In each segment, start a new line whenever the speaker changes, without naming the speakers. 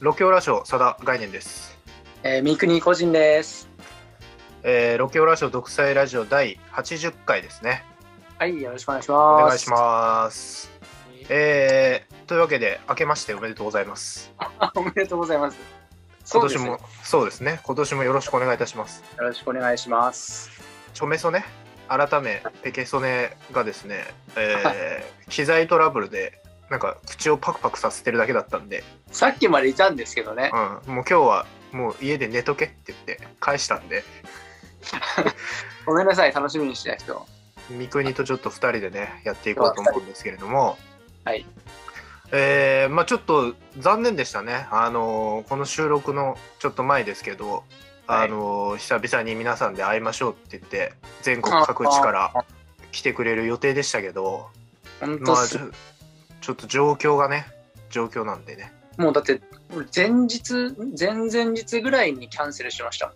ロケオラ賞佐田概念です、
えー、三国個人です。
えー、ロケオラ賞独裁ラジオ第80回ですね
はい、よろしくお願いし
お
ます。
願いします
す。
えー、というわけで明けましておめでとうございます
おめでとうございます。
今
そうで
年
すね
もそうですね今年もよろしくお願いいたします
よろしくお願いします。
チョメソネ改めペケソネがですね、えー、機材トラブルでなんか口をパクパクさせてるだけだったんで、
さっきまでいたんですけどね。
うん、もう今日はもう家で寝とけって言って返したんで
ごめんなさい、楽しみにしてた人。
三国とちょっと2人でねやっていこうと思うんですけれども
はい
えーまあちょっと残念でしたねあのーこの収録のちょっと前ですけど、
は
あ
い
のー久々に皆さんで会いましょうって言って全国各地から来てくれる予定でしたけど
本当
ま
っ
あ
す
ちょちょっと状況がね状況なんでね
もうだって、俺前日、前々日ぐらいにキャンセルしました。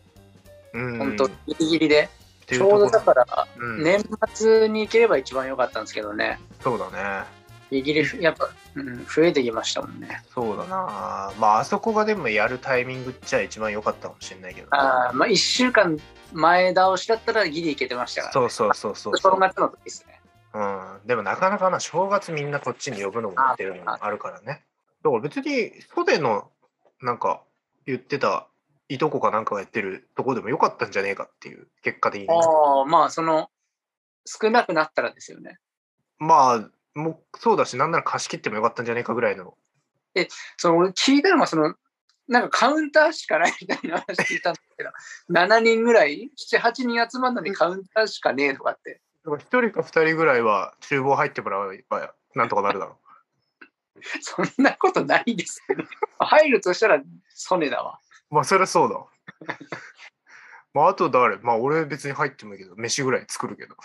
うん
本当
っ、
ギリギリで。
てい
ち
うとこ
ょうど
ろ
だから、
うん
年末に行ければ一番良かったんですけどね。
そうだね
ギリギリ、やっぱ、うん、増えてきましたもんね。
そうだなまああそこがでもやるタイミングっちゃ一番良かったかもしれないけどね
あーまあ、1週間前倒しだったらギリ行けてましたから。
そうそうそうそうそう
正月の時ですね。
うん、でもなかなかな正月みんなこっちに呼ぶのもっていうのもあるからねだから別に袖のなんか言ってたいとこかなんかがやってるとこでもよかったんじゃねえかっていう結果的にね
ああ、まあ、その、少なくなったらですよね。
まあもうそうだしなんなら貸し切ってもよかったんじゃねえかぐらいの
その、俺聞いたのが、その、なんかカウンターしかないみたいな話聞いたんだけど、7人 ぐらい ?7、8人集まるのにカウンターしかねえとかって。
だから1人か2人ぐらいは厨房入ってもらえばなんとかなるだろ
そんなことないですけど、入るとしたら、ソネだわ。
うまあそりゃそうだまああと誰まあ俺別に入ってもいいけど飯ぐらい作るけど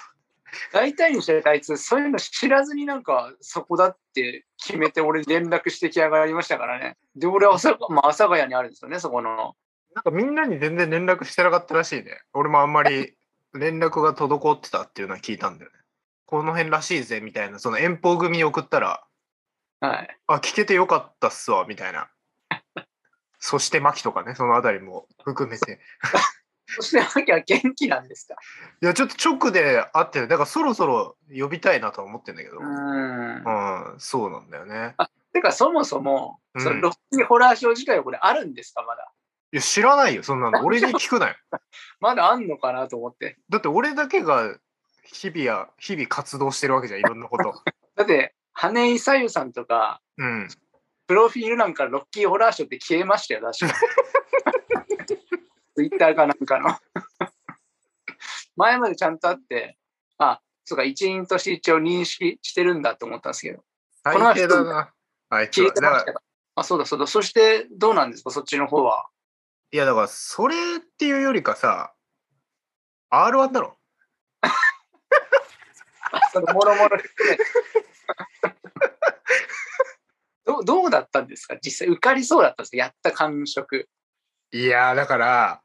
大体にしてあいつ、そういうの知らずになんか、そこだって決めて、俺連絡してきやがりましたからね。で、俺は朝、まあ、阿佐ヶ谷にあるんですよね、そこの。
なんかみんなに全然連絡してなかったらしいね。俺もあんまり連絡が滞ってたっていうのは聞いたんだよね。この辺らしいぜみたいな、その遠方組に送ったら、
はい。
あ、聞けてよかったっすわ、みたいな。そして牧とかね、そのあたりも含めて。
そして、さっきは元気なんですか。
いや、ちょっと直で会ってね、だからそろそろ呼びたいなとは思ってんだけど。
う。
うんん、そうなんだよね。
てか、そもそも、
うん
そのロッキーホラーショー自体はこれあるんですか、まだ。
いや、知らないよ、そんなの。俺に聞くなよ。
まだあんのかなと思って。
だって俺だけが日々や、日々活動してるわけじゃん、いろんなこと。
だって、羽井さゆさんとか、
うん。
プロフィール欄からロッキーホラーショーって消えましたよ、確か。ツイッターかなんかの。前までちゃんとあって、あ、そうか、一員として一応認識してるんだと思ったんですけど、
最
の
低だな。あいつ
消
は
えて
だ
ま
か
し
ら
たか。あ、そうだそうだ。そして、どうなんですか、そっちの方は。
いやだからそれっていうよりかさ R1 だろ
そのもろもろ含めて どどうだったんですか実際受かりそうだったんですかやった感触
いやだから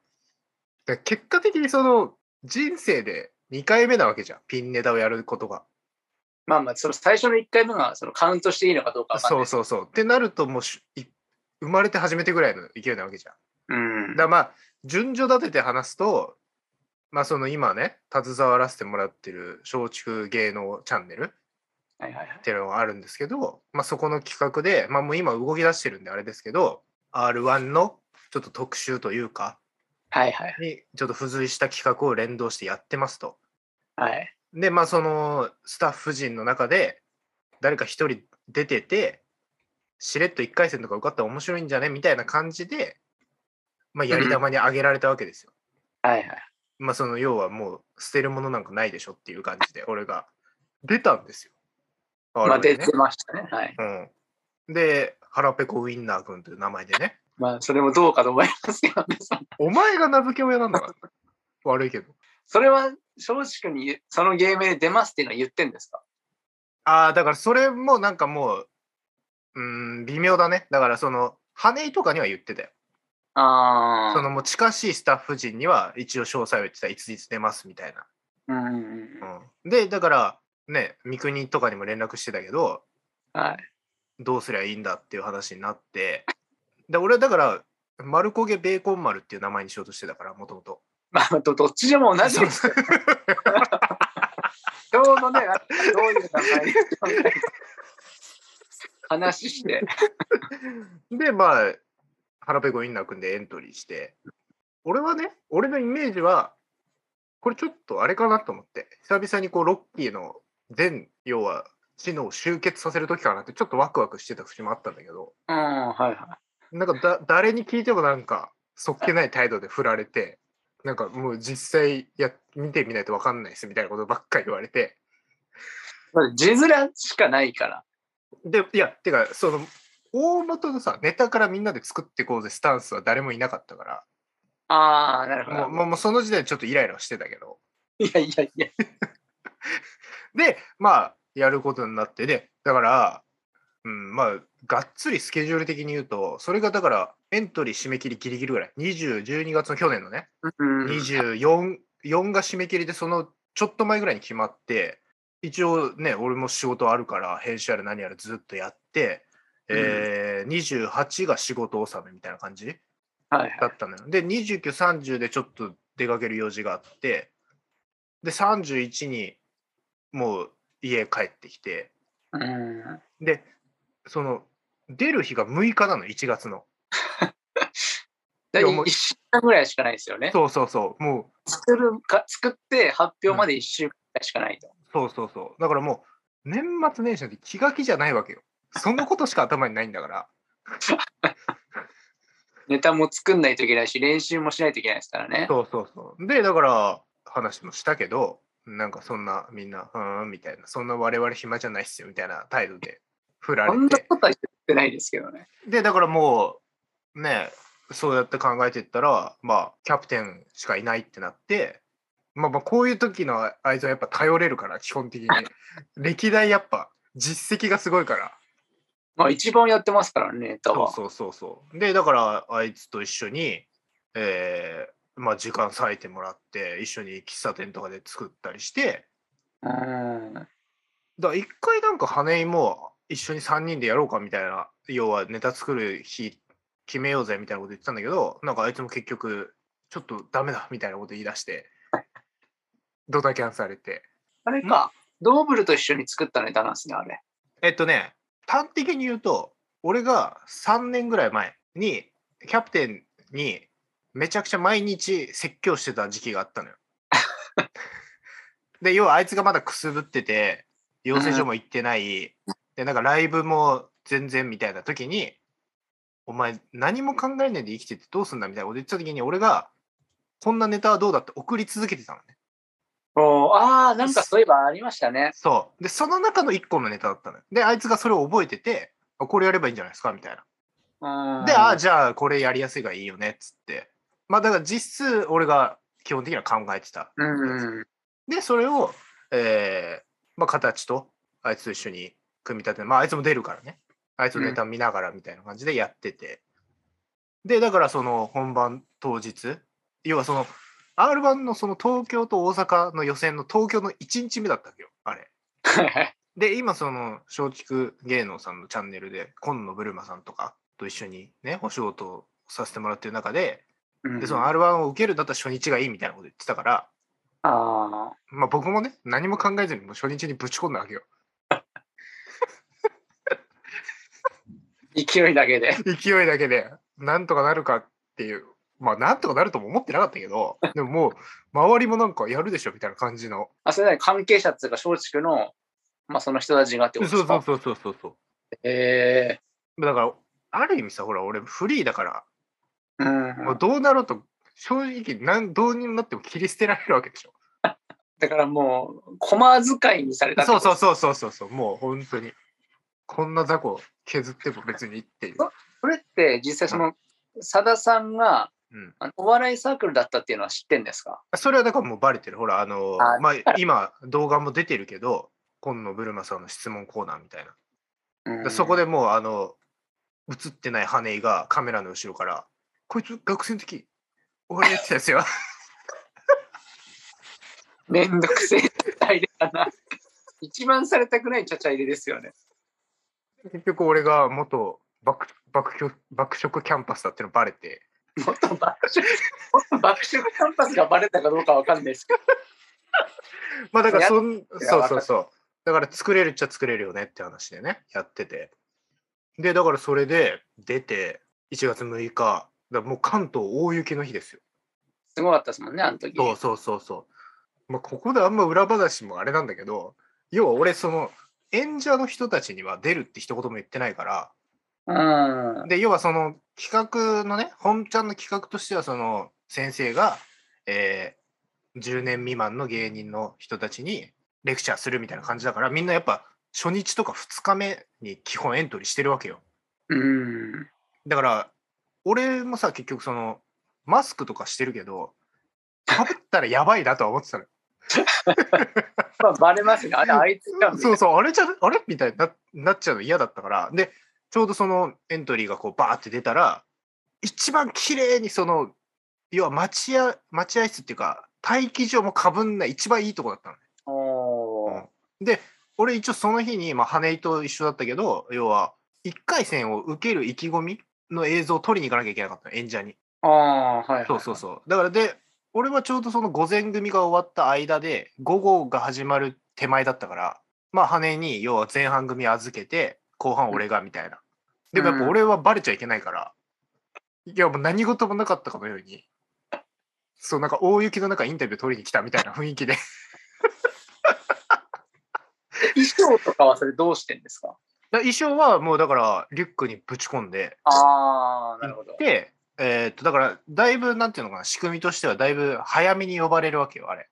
だから結果的にその人生で2回目なわけじゃんピンネタをやることが
まあまあその最初の1回目がそのカウントしていいのかどうかわかん
そ
な
う
い
そうそうってなるともうしい生まれて初めてぐらいの勢いなわけじゃん
うん
だからまあ順序立てて話すとまあその今ね携わらせてもらってる松竹芸能チャンネル
はいはいはい
っていうのがあるんですけど、まあ、そこの企画で、まあ、もう今動き出してるんであれですけど R1 のちょっと特集というか
はいはい
にちょっと付随した企画を連動してやってますと。
はい
でまあそのスタッフ陣の中で誰か一人出ててしれっと1回戦とか受かったら面白いんじゃねみたいな感じで、まあ、やり玉に挙げられたわけですよ。
はいはい
まあその要はもう捨てるものなんかないでしょっていう感じで俺が出たんですよ。
まあ
R1
出
ね
てましたねはい
うん、で、腹ペコウインナー君という名前でね、
まあそれもどうかと思いますけどね そ
お前が名付け親なんだから、悪いけど。
それは松竹にその芸名で出ますっていうのは言ってんですか
ああ、だからそれもなんかもう、うーん、微妙だね。だからその、羽井とかには言ってたよ。
ああ
そのもう近しいスタッフ陣には一応詳細を言ってた、いついつ出ますみたい
うんうんうん
な。うん、で、だからね、三国とかにも連絡してたけど、
はい
どうすりゃいいんだっていう話になって、で俺はだから、丸焦げベーコン丸っていう名前にしようとしてたから、もともと。
まあ、どどっちでも同じですよ。ちょうどね、なんかどういう名前にしようみたいな話して、
で、まあ、腹ペコインナー君でエントリーして、俺はね、俺のイメージは、これちょっとあれかなと思って、久々にこうロッキーの全、要は、知能を集結させる時かなって、ちょっとワクワクしてた節もあったんだけど、
うん、はいは
なんかだ誰に聞いてもなんか、そっけない態度で振られて、なんかもう実際や見てみないと分かんないですみたいなことばっかり言われて、
い。だって字面しかないから。
で、いや、てか、その、大元のさ、ネタからみんなで作っていこうぜスタンスは誰もいなかったか
ああ、なるほ
ら、もう
ど。
もうもうその時点でちょっとイライラしてたけど。
いやいやいや。
で、まあ、やることになって、で、だから、うん、まあ、がっつりスケジュール的に言うと、それがだから、エントリー締め切りギリギリぐらい、20、12月の去年のね、
うん、
24、4が締め切りで、そのちょっと前ぐらいに決まって、一応ね、俺も仕事あるから、編集やら何やらずっとやって、えー28が仕事納めみたいな感じ
はいはい
だったのよ。で、29、30でちょっと出かける用事があって、で、31にもう家帰ってきて、
うん。
で、その、出る日が6日なの、1月の。
だ
いやもう
1週間ぐらいしかないですよね。
そうそうそう、もう
作るか作って発表まで1週間ぐらいしかないと。
そうそうそう。だからもう、年末年始なんて気が気じゃないわけよ。そのことしか頭にないんだ から。
ネタも作んないといけないし、練習もしないといけないですからね。
そうそうそう。で、だから、話もしたけど、なんかそんなみんな、うーん、みたいな、そんな我々暇じゃないっすよ、みたいな態度で振ら
そん
れ
な
て。
ことは言ってないですけどね。
で、だからもう、ね、そうやって考えてったら、まあ、キャプテンしかいないってなって、まあまあ、こういう時のあいつはやっぱ頼れるから、基本的 に。歴代やっぱ、実績がすごいから。
まあ一番やってますからね、ネタ
そ
は
う。そうそうそう。で、だから、あいつと一緒に、えーまあ、時間割いてもらって、一緒に喫茶店とかで作ったりして、
うん
だから一回なんか、羽井も一緒に3人でやろうかみたいな、要はネタ作る日決めようぜみたいなこと言ってたんだけど、なんかあいつも結局、ちょっとダメだみたいなこと言い出して、ドタキャンされて。
あれか、ドーブルと一緒に作ったネタなんですね、あれ。
えっとね、端的に言うと、俺が3年ぐらい前に、キャプテンにめちゃくちゃ毎日説教してた時期があったのよ。で、要はあいつがまだくすぶってて、養成所も行ってない、で、なんかライブも全然みたいな時に、お前何も考えないで生きててどうすんだみたいなこと言ってた時に、俺が、こんなネタはどうだって送り続けてたのね。
おーああ、なんかそういえばありましたね。
そう。で、その中の1個のネタだったのよ。で、あいつがそれを覚えてて、あこれやればいいんじゃないですかみたいな。
うん
で、ああ、じゃあこれやりやすいからいいよねっつって。まあだから実質俺が基本的には考えてた。
うん。
で、それを、えーまあ形とあいつと一緒に組み立てて、まああいつも出るからね。あいつのネタ見ながらみたいな感じでやってて。で、だからその本番当日、要はその R1 のその東京と大阪の予選の東京の1日目だったわけよ、あれ。で、今、その、松竹芸能さんのチャンネルで、今野ブルマさんとかと一緒にね、お仕事をさせてもらってる中で、で、その
あ
R1 を受けるんだったら初日がいいみたいなこと言ってたから、
あ
まあ僕もね、何も考えずにもう初日にぶち込んだわけよ。
ー、勢いだけで。
勢いだけで、なんとかなるかっていう、まあなんとかなるとも思ってなかったけど、でももう、周りもなんかやるでしょみたいな感じの。
あ、それなりに関係者っていうか、松竹の、まあその人たちがってことですか。
そうそうそうそう。
へえ
だから、ある意味さ、ほら、俺フリーだから、
うん
もうどうなろうと、正直なん、どうにもなっても切り捨てられるわけでしょ。
だからもう、駒遣いにされたって
そ
こ
う
と
そうそうそうそうそう、もう本当に。こんな雑魚削っても別にっていう。
それって実際その、さださんが
うん、
あのお笑いサークルだったっていうのは知ってんですか
それはだからもうバレてる。ほら、あの、
あ
まあ、今、動画も出てるけど、今野ブルマさんの質問コーナーみたいな。でそこでもう、あの、映ってない羽根がカメラの後ろから、こいつ学生の時、俺やってたやつ よ。
めんどくせえ茶入れだな。一番されたくないちゃちゃ入れですよね。
結局俺が元爆爆食爆食キャンパスだってのバレて、
元爆食、元爆食キャンパスがバレたかどうかわかんないですけど。
まあだからそん
いや
そうそうそう。だから作れるっちゃ作れるよねって話でね、やってて。で、だからそれで出て、1月6日、だからもう関東大雪の日ですよ。
すごかったですもんね、あの時。
そうそうそうそう。まあ、ここであんま裏話もあれなんだけど、要は俺、その、演者の人たちには出るって一言も言ってないから、
うん。
で、要はその企画のね、本ちゃんの企画としては、その先生が、えー10年未満の芸人の人たちにレクチャーするみたいな感じだから、みんなやっぱ初日とか2日目に基本エントリーしてるわけよ。
うん。
だから、俺もさ、結局その、マスクとかしてるけど、かぶったらやばいなとは思ってたの。
まあ、バレますね。あれ、あいつかみたい
そうそう、あれじゃ、あれみたいにななっちゃうの嫌だったから、で、ちょうどそのエントリーがこうバーって出たら、一番綺麗にその、要は待合待合室っていうか、待機場もかぶんない、一番いいとこだったのね。
な。お
で、俺一応その日に、まあ、羽井と一緒だったけど、要は、1回戦を受ける意気込みの映像を撮りに行かなきゃいけなかったの、演者に。
ーあー、はい、はい。
そうそうそう。だからで、俺はちょうどその午前組が終わった間で、午後が始まる手前だったから、まあ、羽に要は前半組預けて、後半俺がみたいな。でもやっぱ俺はバレちゃいけないから、いやもう何事もなかったかのように、そうなんか大雪の中インタビュー取りに来たみたいな雰囲気で、
衣装とかはそれどうしてんですか
だ衣装はもうだからリュックにぶち込んで、
ああ、なるほど。
で、えーっとだからだいぶなんていうのかな、仕組みとしてはだいぶ早めに呼ばれるわけよ、あれ。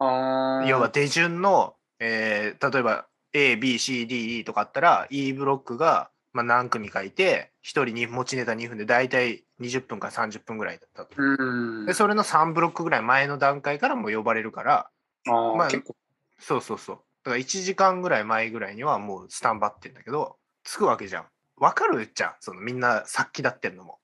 ああ。
要は、手順の、えー例えば ABCDE とかあったら E ブロックが、まあ、何組かいて1人に持ちネタ2分で大体20分から30分ぐらいだったと。
うん。
でそれの3ブロックぐらい前の段階からもう呼ばれるから
あー
まあ
結構。
そうそうそうだから1時間ぐらい前ぐらいにはもうスタンバってんだけどつくわけじゃん。わかるじゃんそのみんな殺気だってんのも。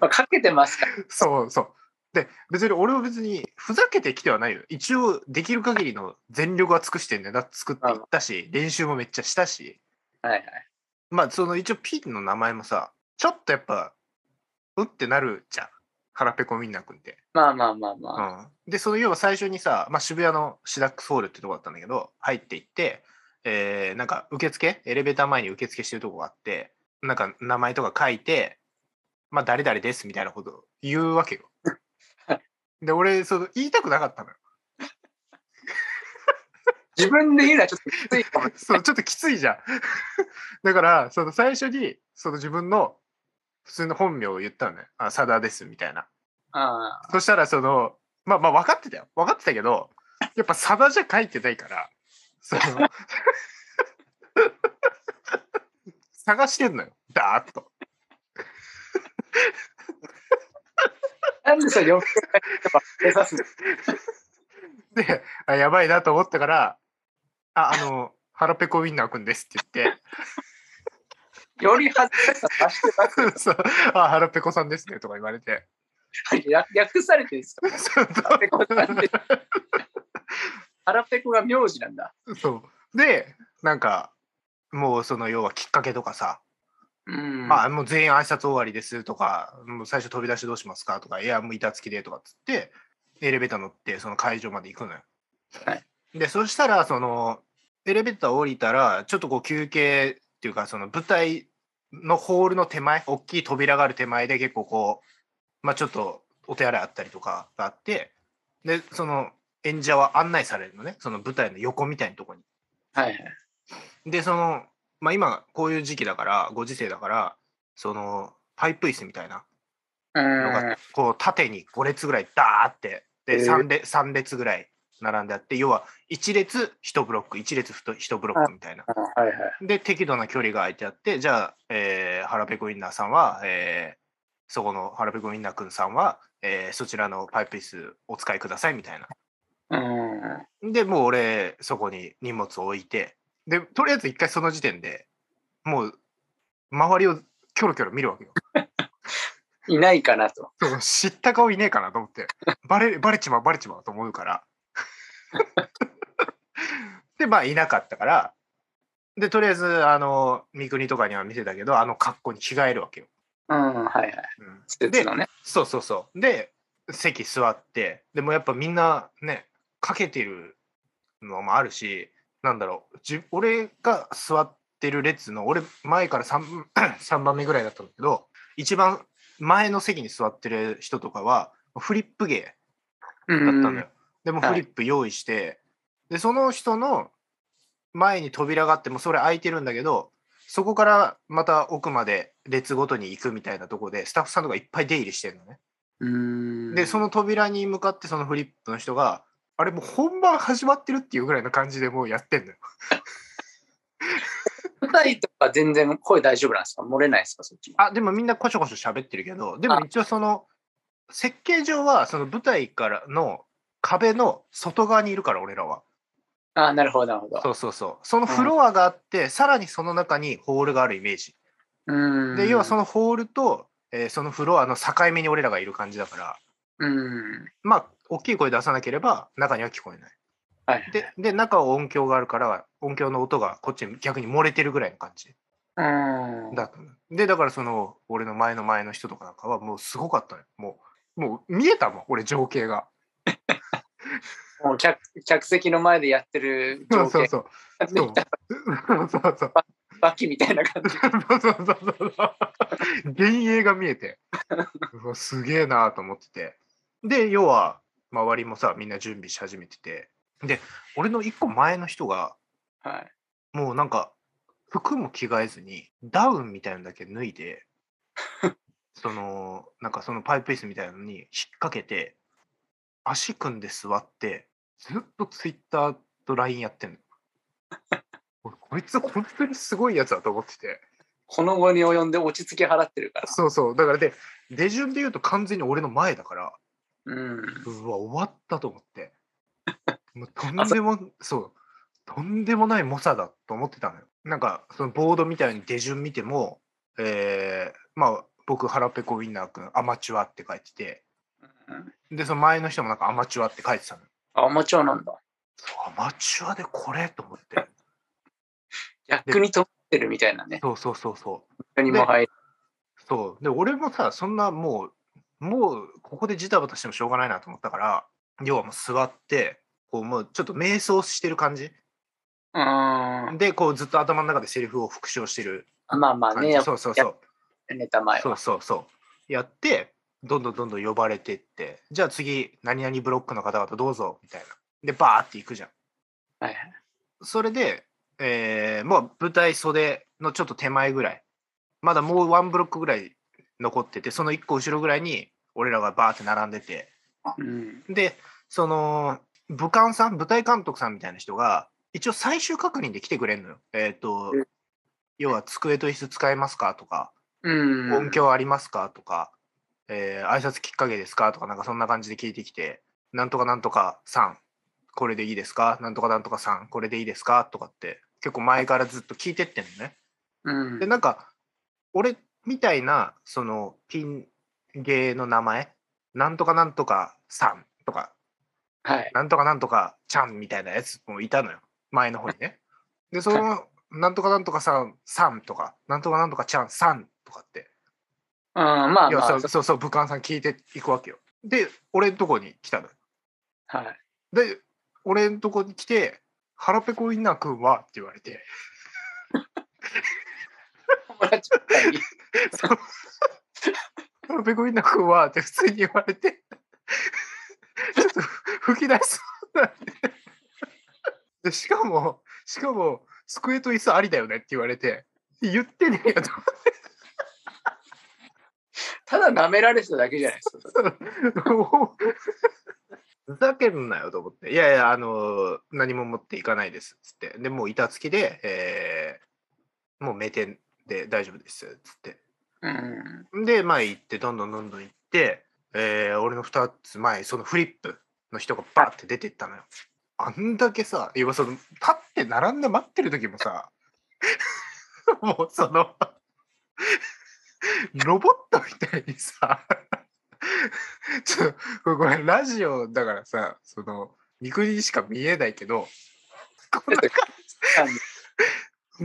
まあ、かけてますから。
そうそう。で別に俺は別にふざけてきてはないよ。一応できる限りの全力は尽くしてんだよ。だって作っていったし、練習もめっちゃしたし、
はいはい。
まあその一応 P の名前もさ、ちょっとやっぱ、うってなるじゃん。腹ペコみんなくんって。
まあまあまあまあ。
うん、で、その要は最初にさ、まあ、渋谷のシダックスホールってとこだったんだけど、入っていって、えーなんか受付、エレベーター前に受付してるとこがあって、なんか名前とか書いて、まあ、誰々ですみたいなことを言うわけよ。で、俺、その言いたくなかったのよ。
自分で言うのはちょっときついかも。
そうちょっときついじゃん。 だから、その最初に、その自分の普通の本名を言ったのね。あ、サダですみたいな。
ああ。
そしたら、その、まあまあ分かってたよ。分かってたけど、やっぱサダじゃ書いてないから、その、探してんのよ。ダーッと。
なんでそれ余計な人ばっかり指すの
で、あやばいなと思ったから、あ、あの、腹ペコウィンナーくんですって言って、
より恥ずかしさ出してますよ
そうあ、腹ペコさんですねとか言われて。
や略されてるんですか
そう
腹ペコさんって。腹ペコが名字なんだ。
そう。で、なんか、もうその要はきっかけとかさ、
うん。
ま
あ、
あもう全員挨拶終わりですとか、もう最初飛び出しどうしますかとか、いや、もう板付きでとかっつって、エレベーター乗って、その会場まで行くのよ。
は
で、そしたら、その、エレベーター降りたら、ちょっとこう休憩っていうか、その舞台のホールの手前、大きい扉がある手前で結構こう、まあちょっとお手洗いあったりとかがあって、で、その演者は案内されるのね、その舞台の横みたいなとこに。
はいはい。
でその、まあ、今こういう時期だからご時世だからそのパイプ椅子みたいなの
うん
が。こう縦に5列ぐらいダーって
へ
で
え
3, 列3列ぐらい並んであって要は1列1ブロック1列1ブロックみたいな。
あはいはい。
で適度な距離が空いてあってじゃあ、えー、腹ペコウインナーさんは、えーそこの腹ペコウインナーくんさんは、えーそちらのパイプ椅子お使いくださいみたいな。
うん。
で、もう俺、そこに荷物を置いて、で、とりあえず一回その時点でもう、周りをキョロキョロ見るわけよ。
いないかなと。
そう知った顔いねえかなと思って、バレ、バレちまう、バレちまうと思うから。で、まあ、いなかったから、で、とりあえず、あの、三国とかには見せたけど、あの格好に着替えるわけよ。
うん、はいはい。
うん
スーツのね。
そうそうそう。で、席座って、でもやっぱみんなね、かけてるのもあるし、なんだろう、じ俺が座ってる列の、俺、前から 3, 3番目ぐらいだったんだけど、一番前の席に座ってる人とかは、フリップ芸
だっ
だったのよ。でも
はい
フリップ用意して、で、その人の前に扉があって、もうそれ開いてるんだけど、そこからまた奥まで列ごとに行くみたいなとこで、スタッフさんとかいっぱい出入りしてるのね。
うん。
で、その扉に向かってそのフリップの人が、あれもう本番始まってるっていうぐらいの感じでもうやってんのよ。
舞台とか全然声大丈夫なんですか漏れないですかそっちも。
あ、でもみんなこしょこしょ喋ってるけど、でも一応その、設計上はその舞台からの壁の外側にいるから、俺らは。
あ、なるほど、なるほど。
そうそうそう。そのフロアがあって、さらにその中にホールがあるイメージ。
うん。
で、要はそ
の。
のホールと、えーそのフロアの境目に俺らがいる感じだから、
うん。
まあ、大きい声出さなければ中には聞こえない。
はい。
で、で中は音響があるから、音響の音がこっちに逆に漏れてるぐらいの感じ。
うん。
だったのでだからその俺の前の前の人とかなんかはもうすごかったのよもうもう見えたもん俺情景が
もう客客席の前でやってる
そ
情
うそう
景
そう そうそう そうそう
バキみたいな感じ。
そうそうそうそう 幻影が見えてうわすげえなと思っててで要は周りもさみんな準備し始めててで俺の一個前の人が
はい。
もうなんか服も着替えずにダウンみたいなのだけ脱いでそのなんかそのパイプ椅子みたいなのに引っ掛けて足組んで座ってずっとツイッターと LINE やってんの俺こいつ本当にすごいやつだと思ってて
この後に及んで落ち着き払ってるから。
そうそうだからで出順で言うと完全に俺の前だから
うん。
うわ終わったと思ってもうとんでもそうとんでもない猛者だと思ってたのよなんかそのボードみたいに手順見てもえーまあ僕腹ペコウインナー君アマチュアって書いててでその前の人もなんかアマチュアって書いてたのよ
あ、アマチュアなんだ。
そうアマチュアでこれと思って
逆に止まってるみたいなね。
そうそうそうそう
人にも入る。
そうで俺もさそんなもうもうここでジタバタしてもしょうがないなと思ったから要はもう座ってこうもうちょっと瞑想してる感じ
うん。ま
でこうずっと頭の中でセリフを復唱してる
あまあ
感
ね、
じ、
やっ
そうそうそう
ぱネタ前
そう
は。
そうそうやってどんどんどんどん呼ばれてってじゃあ次何々ブロックの方々どうぞみたいなでバーっていくじゃん
はい
それで、えー、もう舞台袖のちょっと手前ぐらいまだもうワンブロックぐらい残っててその1個後ろぐらいに俺らがバーって並んでて
うん。
でその武官さん舞台監督さんみたいな人が一応最終確認で来てくれるのよ。えっ、と
うん
要は机と椅子使えますかとか、
うん。
音響ありますかとか、えー挨拶きっかけですかとかなんかそんな感じで聞いてきてなんとかなんとかさんこれでいいですかなんとかなんとかさんこれでいいですかとかって結構前からずっと聞いてってんのね。
うん。
でなんか俺みたいなそのピン芸の名前なんとかなんとかさんとか
はい。
なんとかなんとかちゃんみたいなやつもいたのよ。前の方に ね。で、その、なんとかなんとかさん、さんとか、なんとかなんとかちゃん、さんとかって。
うん、まあ
いや、
ま
そ
あ
う。そうそう、武漢さん聞いていくわけよ。で、俺のとこに来たのよ。
はい。
で、俺のとこに来て、腹ペコウインナーくんはって言われて、
友達みたいに。
腹ペコウインナーくんはって普通に言われて、 ちょっと吹き出しそうになって。で、しかも、しかも、机と椅子ありだよねって言われて、言ってねえよと
ただ舐められてただけじゃないですか。
ふざけんなよと思って、いやいや、あの何も持っていかないですっつって、でもう板付きで、えーもう名店で大丈夫ですっつって、
うん。
で、まあ行って、どんどんどんどん行って、えー俺の2つ前、そのフリップの人がバーって出てったのよ。あんだけさ、要はその、立って並んで待ってる時もさ、 もうその、 ロボットみたいにさ、 ちょっと、これラジオだからさ、その、肉にしか見えないけど、こんな感じ
あ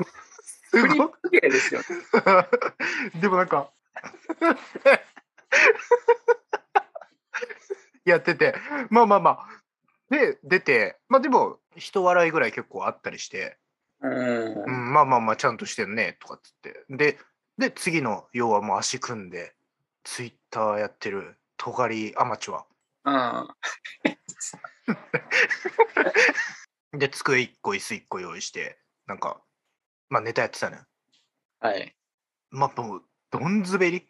の
も
ですよ。
でもなんかやっててまあまあまあで出てまあでも人笑いぐらい結構あったりして、
うん
う。ん、まあまあまあちゃんとしてんねとかっつってでで次の要はもう足組んでツイッターやってる尖りアマチュア
うん。
で机1個椅子1個用意してなんかまあネタやってたね
はい。
まあもうどんずべり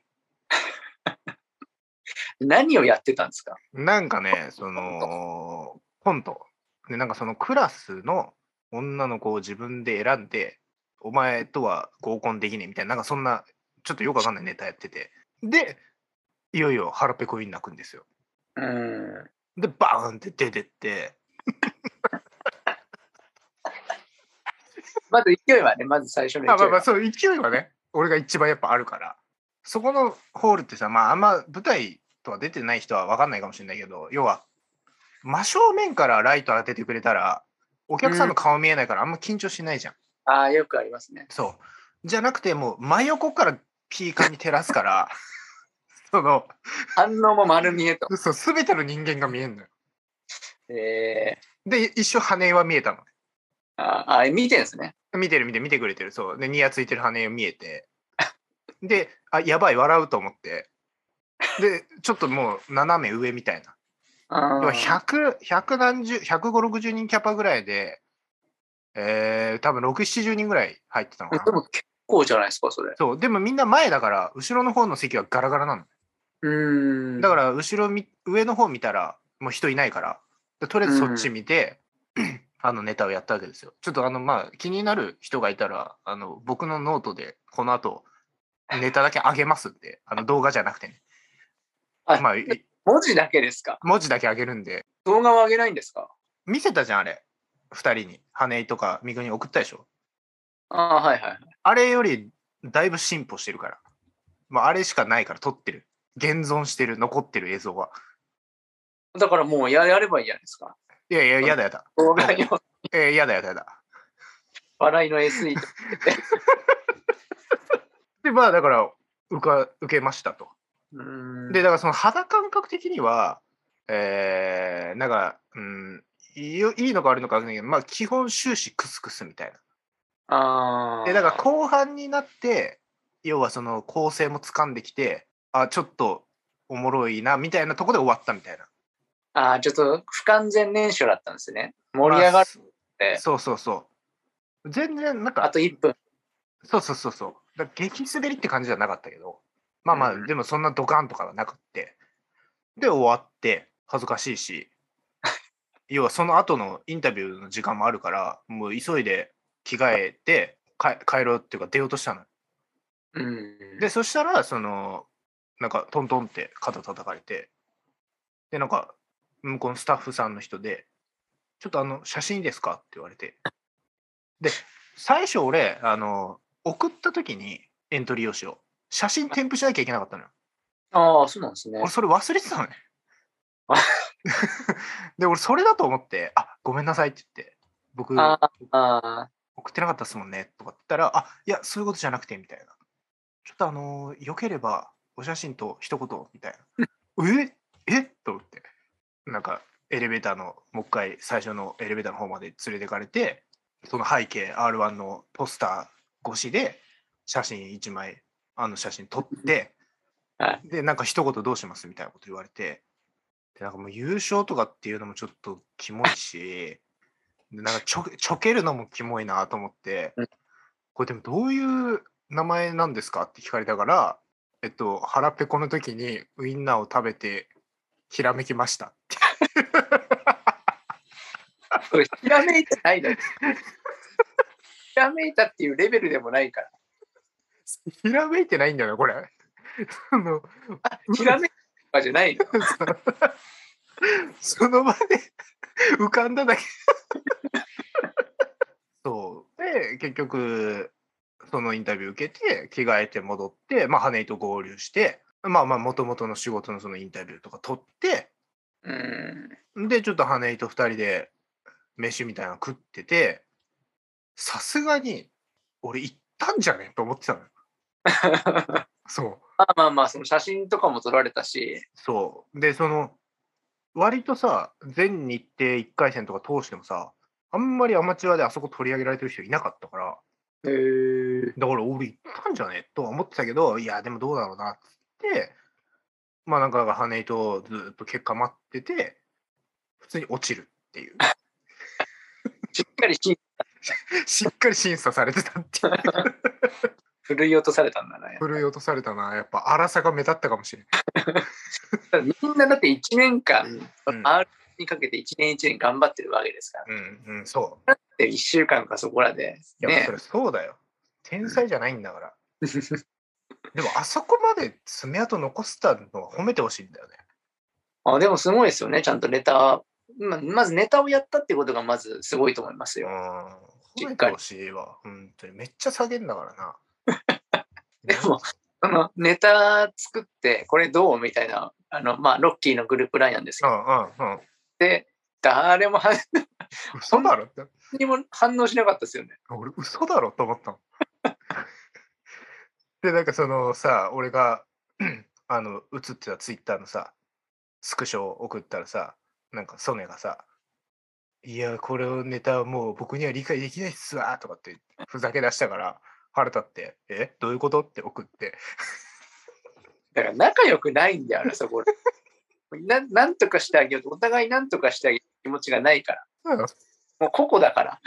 何をやってたんですか
なんかね、その、コント。で、なんかそのクラスの女の子を自分で選んで、お前とは合コンできねえみたいな、なんかそんな、ちょっとよくわかんないネタやってて。で、いよいよ腹ペコに泣くんですよ。
うん。
で、バーンって出てって、
まず勢いはね、まず最初の
あまあま
勢
あ、そう、勢いはね、俺が一番やっぱあるから。そこのホールってさ、まあ、あんま舞台とは出てない人は分かんないかもしれないけど、要は、真正面からライト当ててくれたら、お客さんの顔見えないからあんま緊張しないじゃん。
い。ああ、よくありますね。
そう。じゃなくて、もう真横からピーカーに照らすから、 その、
反応も丸見えと。
そう、すべての人間が見えんのよ。
え
で、一瞬羽は見えたの。
ー、あーあ、見てんですね。
見てる見てる見てくれてるそうでニヤついてる羽見えてであやばい笑うと思ってでちょっともう斜め上みたいな
あ
要は100 100何十15060人キャパぐらいでえー、多分670人ぐらい入ってたのか
で
な
も結構じゃないですか、それ。
そうでもみんな前だから後ろの方の席はガラガラなの
うん
だから後ろみ上の方見たらもう人いないからでとりあえずそっち見て、 あのネタをやったわけですよちょっとあのまあ気になる人がいたらあの僕のノートでこの後ネタだけ上げますんであの動画じゃなくてね
あ
まあい
文字だけですか
文字だけ上げるんで
動画を上げないんですか
見せたじゃんあれ2人に羽井とか三國に送ったでしょ
ああ、はいはいはい。
あれよりだいぶ進歩してるから、まあ、あれしかないから撮ってる現存してる残ってる映像は
だからもうややればいいじゃないですか。
いやいややだやだ
動画にも
えー、やだやだやだ
笑いの SE と。
でまあだから受か受けましたと。
うん
でだからその肌感覚的にはえー、なんか、うん、いいよいいのか悪いのかわかんないけど、まあ、基本終始クスクスみたい
あ
な。
あ。
でだから後半になって要はその構成も掴んできてあちょっとおもろいなみたいなとこで終わったみたいな。
ああ、ちょっと不完全燃焼だったんですね。盛り上がっ
まあ
て、
そうそうそう。全然なんか
あと1分。
そうそうそうそう。だから激滑りって感じじゃなかったけど、まあまあ、
うん
でもそんなドカンとかはなくって。で、終わって、恥ずかしい し、要はその後のインタビューの時間もあるから、もう急いで着替えて、か帰ろうっていうか出ようとしたの。
うん。
で、そしたら、その、なんかトントンって肩叩かれて、で、なんか、向こうのスタッフさんの人で、ちょっとあの、写真いいですかって言われて。で、最初俺、あの、送った時にエントリー用紙を、写真添付しなきゃいけなかったのよ。
ああ、そうなんですね
俺、。それ忘れてたのね
あ。
で、俺、それだと思って、あごめんなさいって言って、僕、
ああ
送ってなかったですもんねとかって言ったら、あいや、そういうことじゃなくてみたいな。ちょっとあのー、よければお写真と一言みたいな。ええと思って、なんかエレベーターの、もう一回最初のエレベーターの方まで連れてかれて、その背景 R1 のポスター越しで写真1枚、あの写真撮って、
は
で、なんか一言どうしますみたいなこと言われて、でなんかもう優勝とかっていうのもちょっとキモいし、でなんかちょちょけるのもキモいなと思って
うん、
これでもどういう名前なんですかって聞かれたから、えっと、腹ペコの時にウインナーを食べてひらめきましたって。
あ。これひらめいてないのよひらめいたっていうレベルでもないから。
ひらめいてないんだよね、これ。その
ひらめいたとかじゃないの。
その場で浮かんだだけそうで結局そのインタビュー受けて着替えて戻って、まあ、羽井と合流してまあまあもともとの仕事のそのインタビューとか取って
うん。
でちょっと羽井と2人で飯みたいなの食っててさすがに俺一ったんじゃねと思ってたのよ。そう。
まあまあまあ、その写真とかも撮られたし、
そう。で、その、割とさ、全日程1回戦とか通してもさ、あんまりアマチュアであそこ取り上げられてる人いなかったから、
へえ。
だから俺行ったんじゃねとは思ってたけど、いや、でもどうだろうなっつって、まあなんか、羽根とずっと結果待ってて、普通に落ちるっていう。
しっかり芯
しっかり審査されてたっていう。
振るい落とされたんだね。
振るい落とされたな。やっぱ荒さが目立ったかもしれ
ただみんなだって1年間、
うん
R にかけて1年1年頑張ってるわけですから。
ない。うん、うん、そう。
で、1週間かそこらで、
いや、
ね
そ、れそうだよ。天才じゃないんだから。でも、あそこまで爪痕残したのは褒めてほしいんだよね。
あでもすごいですよね、ちゃんとネタ、ままずネタをやったってことがまずすごいと思いますよ。
うん。褒めてほしいわ。本当に。めっちゃ下げんだからな。
でも、そのネタ作って、これどうみたいな、あの、まあ、ロッキーのグループラインなんですけ
う
ど、
んうんうん。
で、誰も反
嘘だろって。
何も反応しなかったですよね。
俺、嘘だろと思ったの。 で、なんかそのさ、俺が、 あの、映ってたツイッターのさ、スクショを送ったらさ、なんかソネがさ、いや、これをネタはもう僕には理解できないっすわとかってふざけ出したから、腹立って、えどういうことって送って、
だから仲良くないんだよな、そこら。 ななんとかしてあげようと、お互いなんとかしてあげる気持ちがないから。もう個々だから。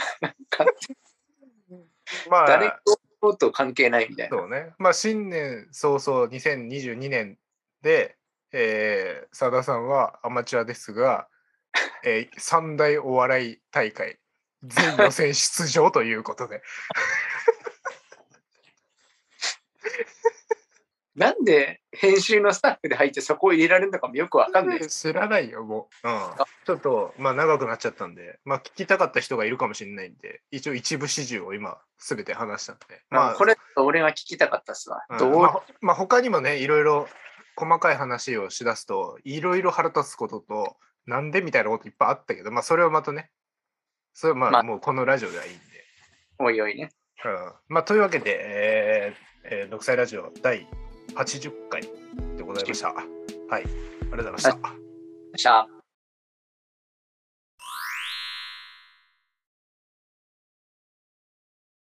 ま
誰
あ、
とと関係ないみたいな。
そうね。まあ、新年早々2022年で、えー、佐田さんはアマチュアですが、えー、三大お笑い大会、全予選出場ということで。
なんで編集のスタッフで入ってそこを入れられるのかもよ くわかんないです。
知らないよ、もう。うん、ちょっと、まあ、長くなっちゃったんで、まあ、聞きたかった人がいるかもしれないんで、一応一部始終を今、すべて話したんで。
ま
ま
あ、
あ、
これ、俺が聞きたかったっすわ。
うん
どう
まあ、ほまあ他にもねいろいろ細かい話をしだすといろいろ腹立つこととなんでみたいなこといっぱいあったけどまあそれはまたねそれはまあ、
まあ
もうこのラジオではいいんで、
おいおいね。
うん、まあというわけで、えーえー独裁ラジオ第80回でございましたはいありがとうございました、
よっしゃあ。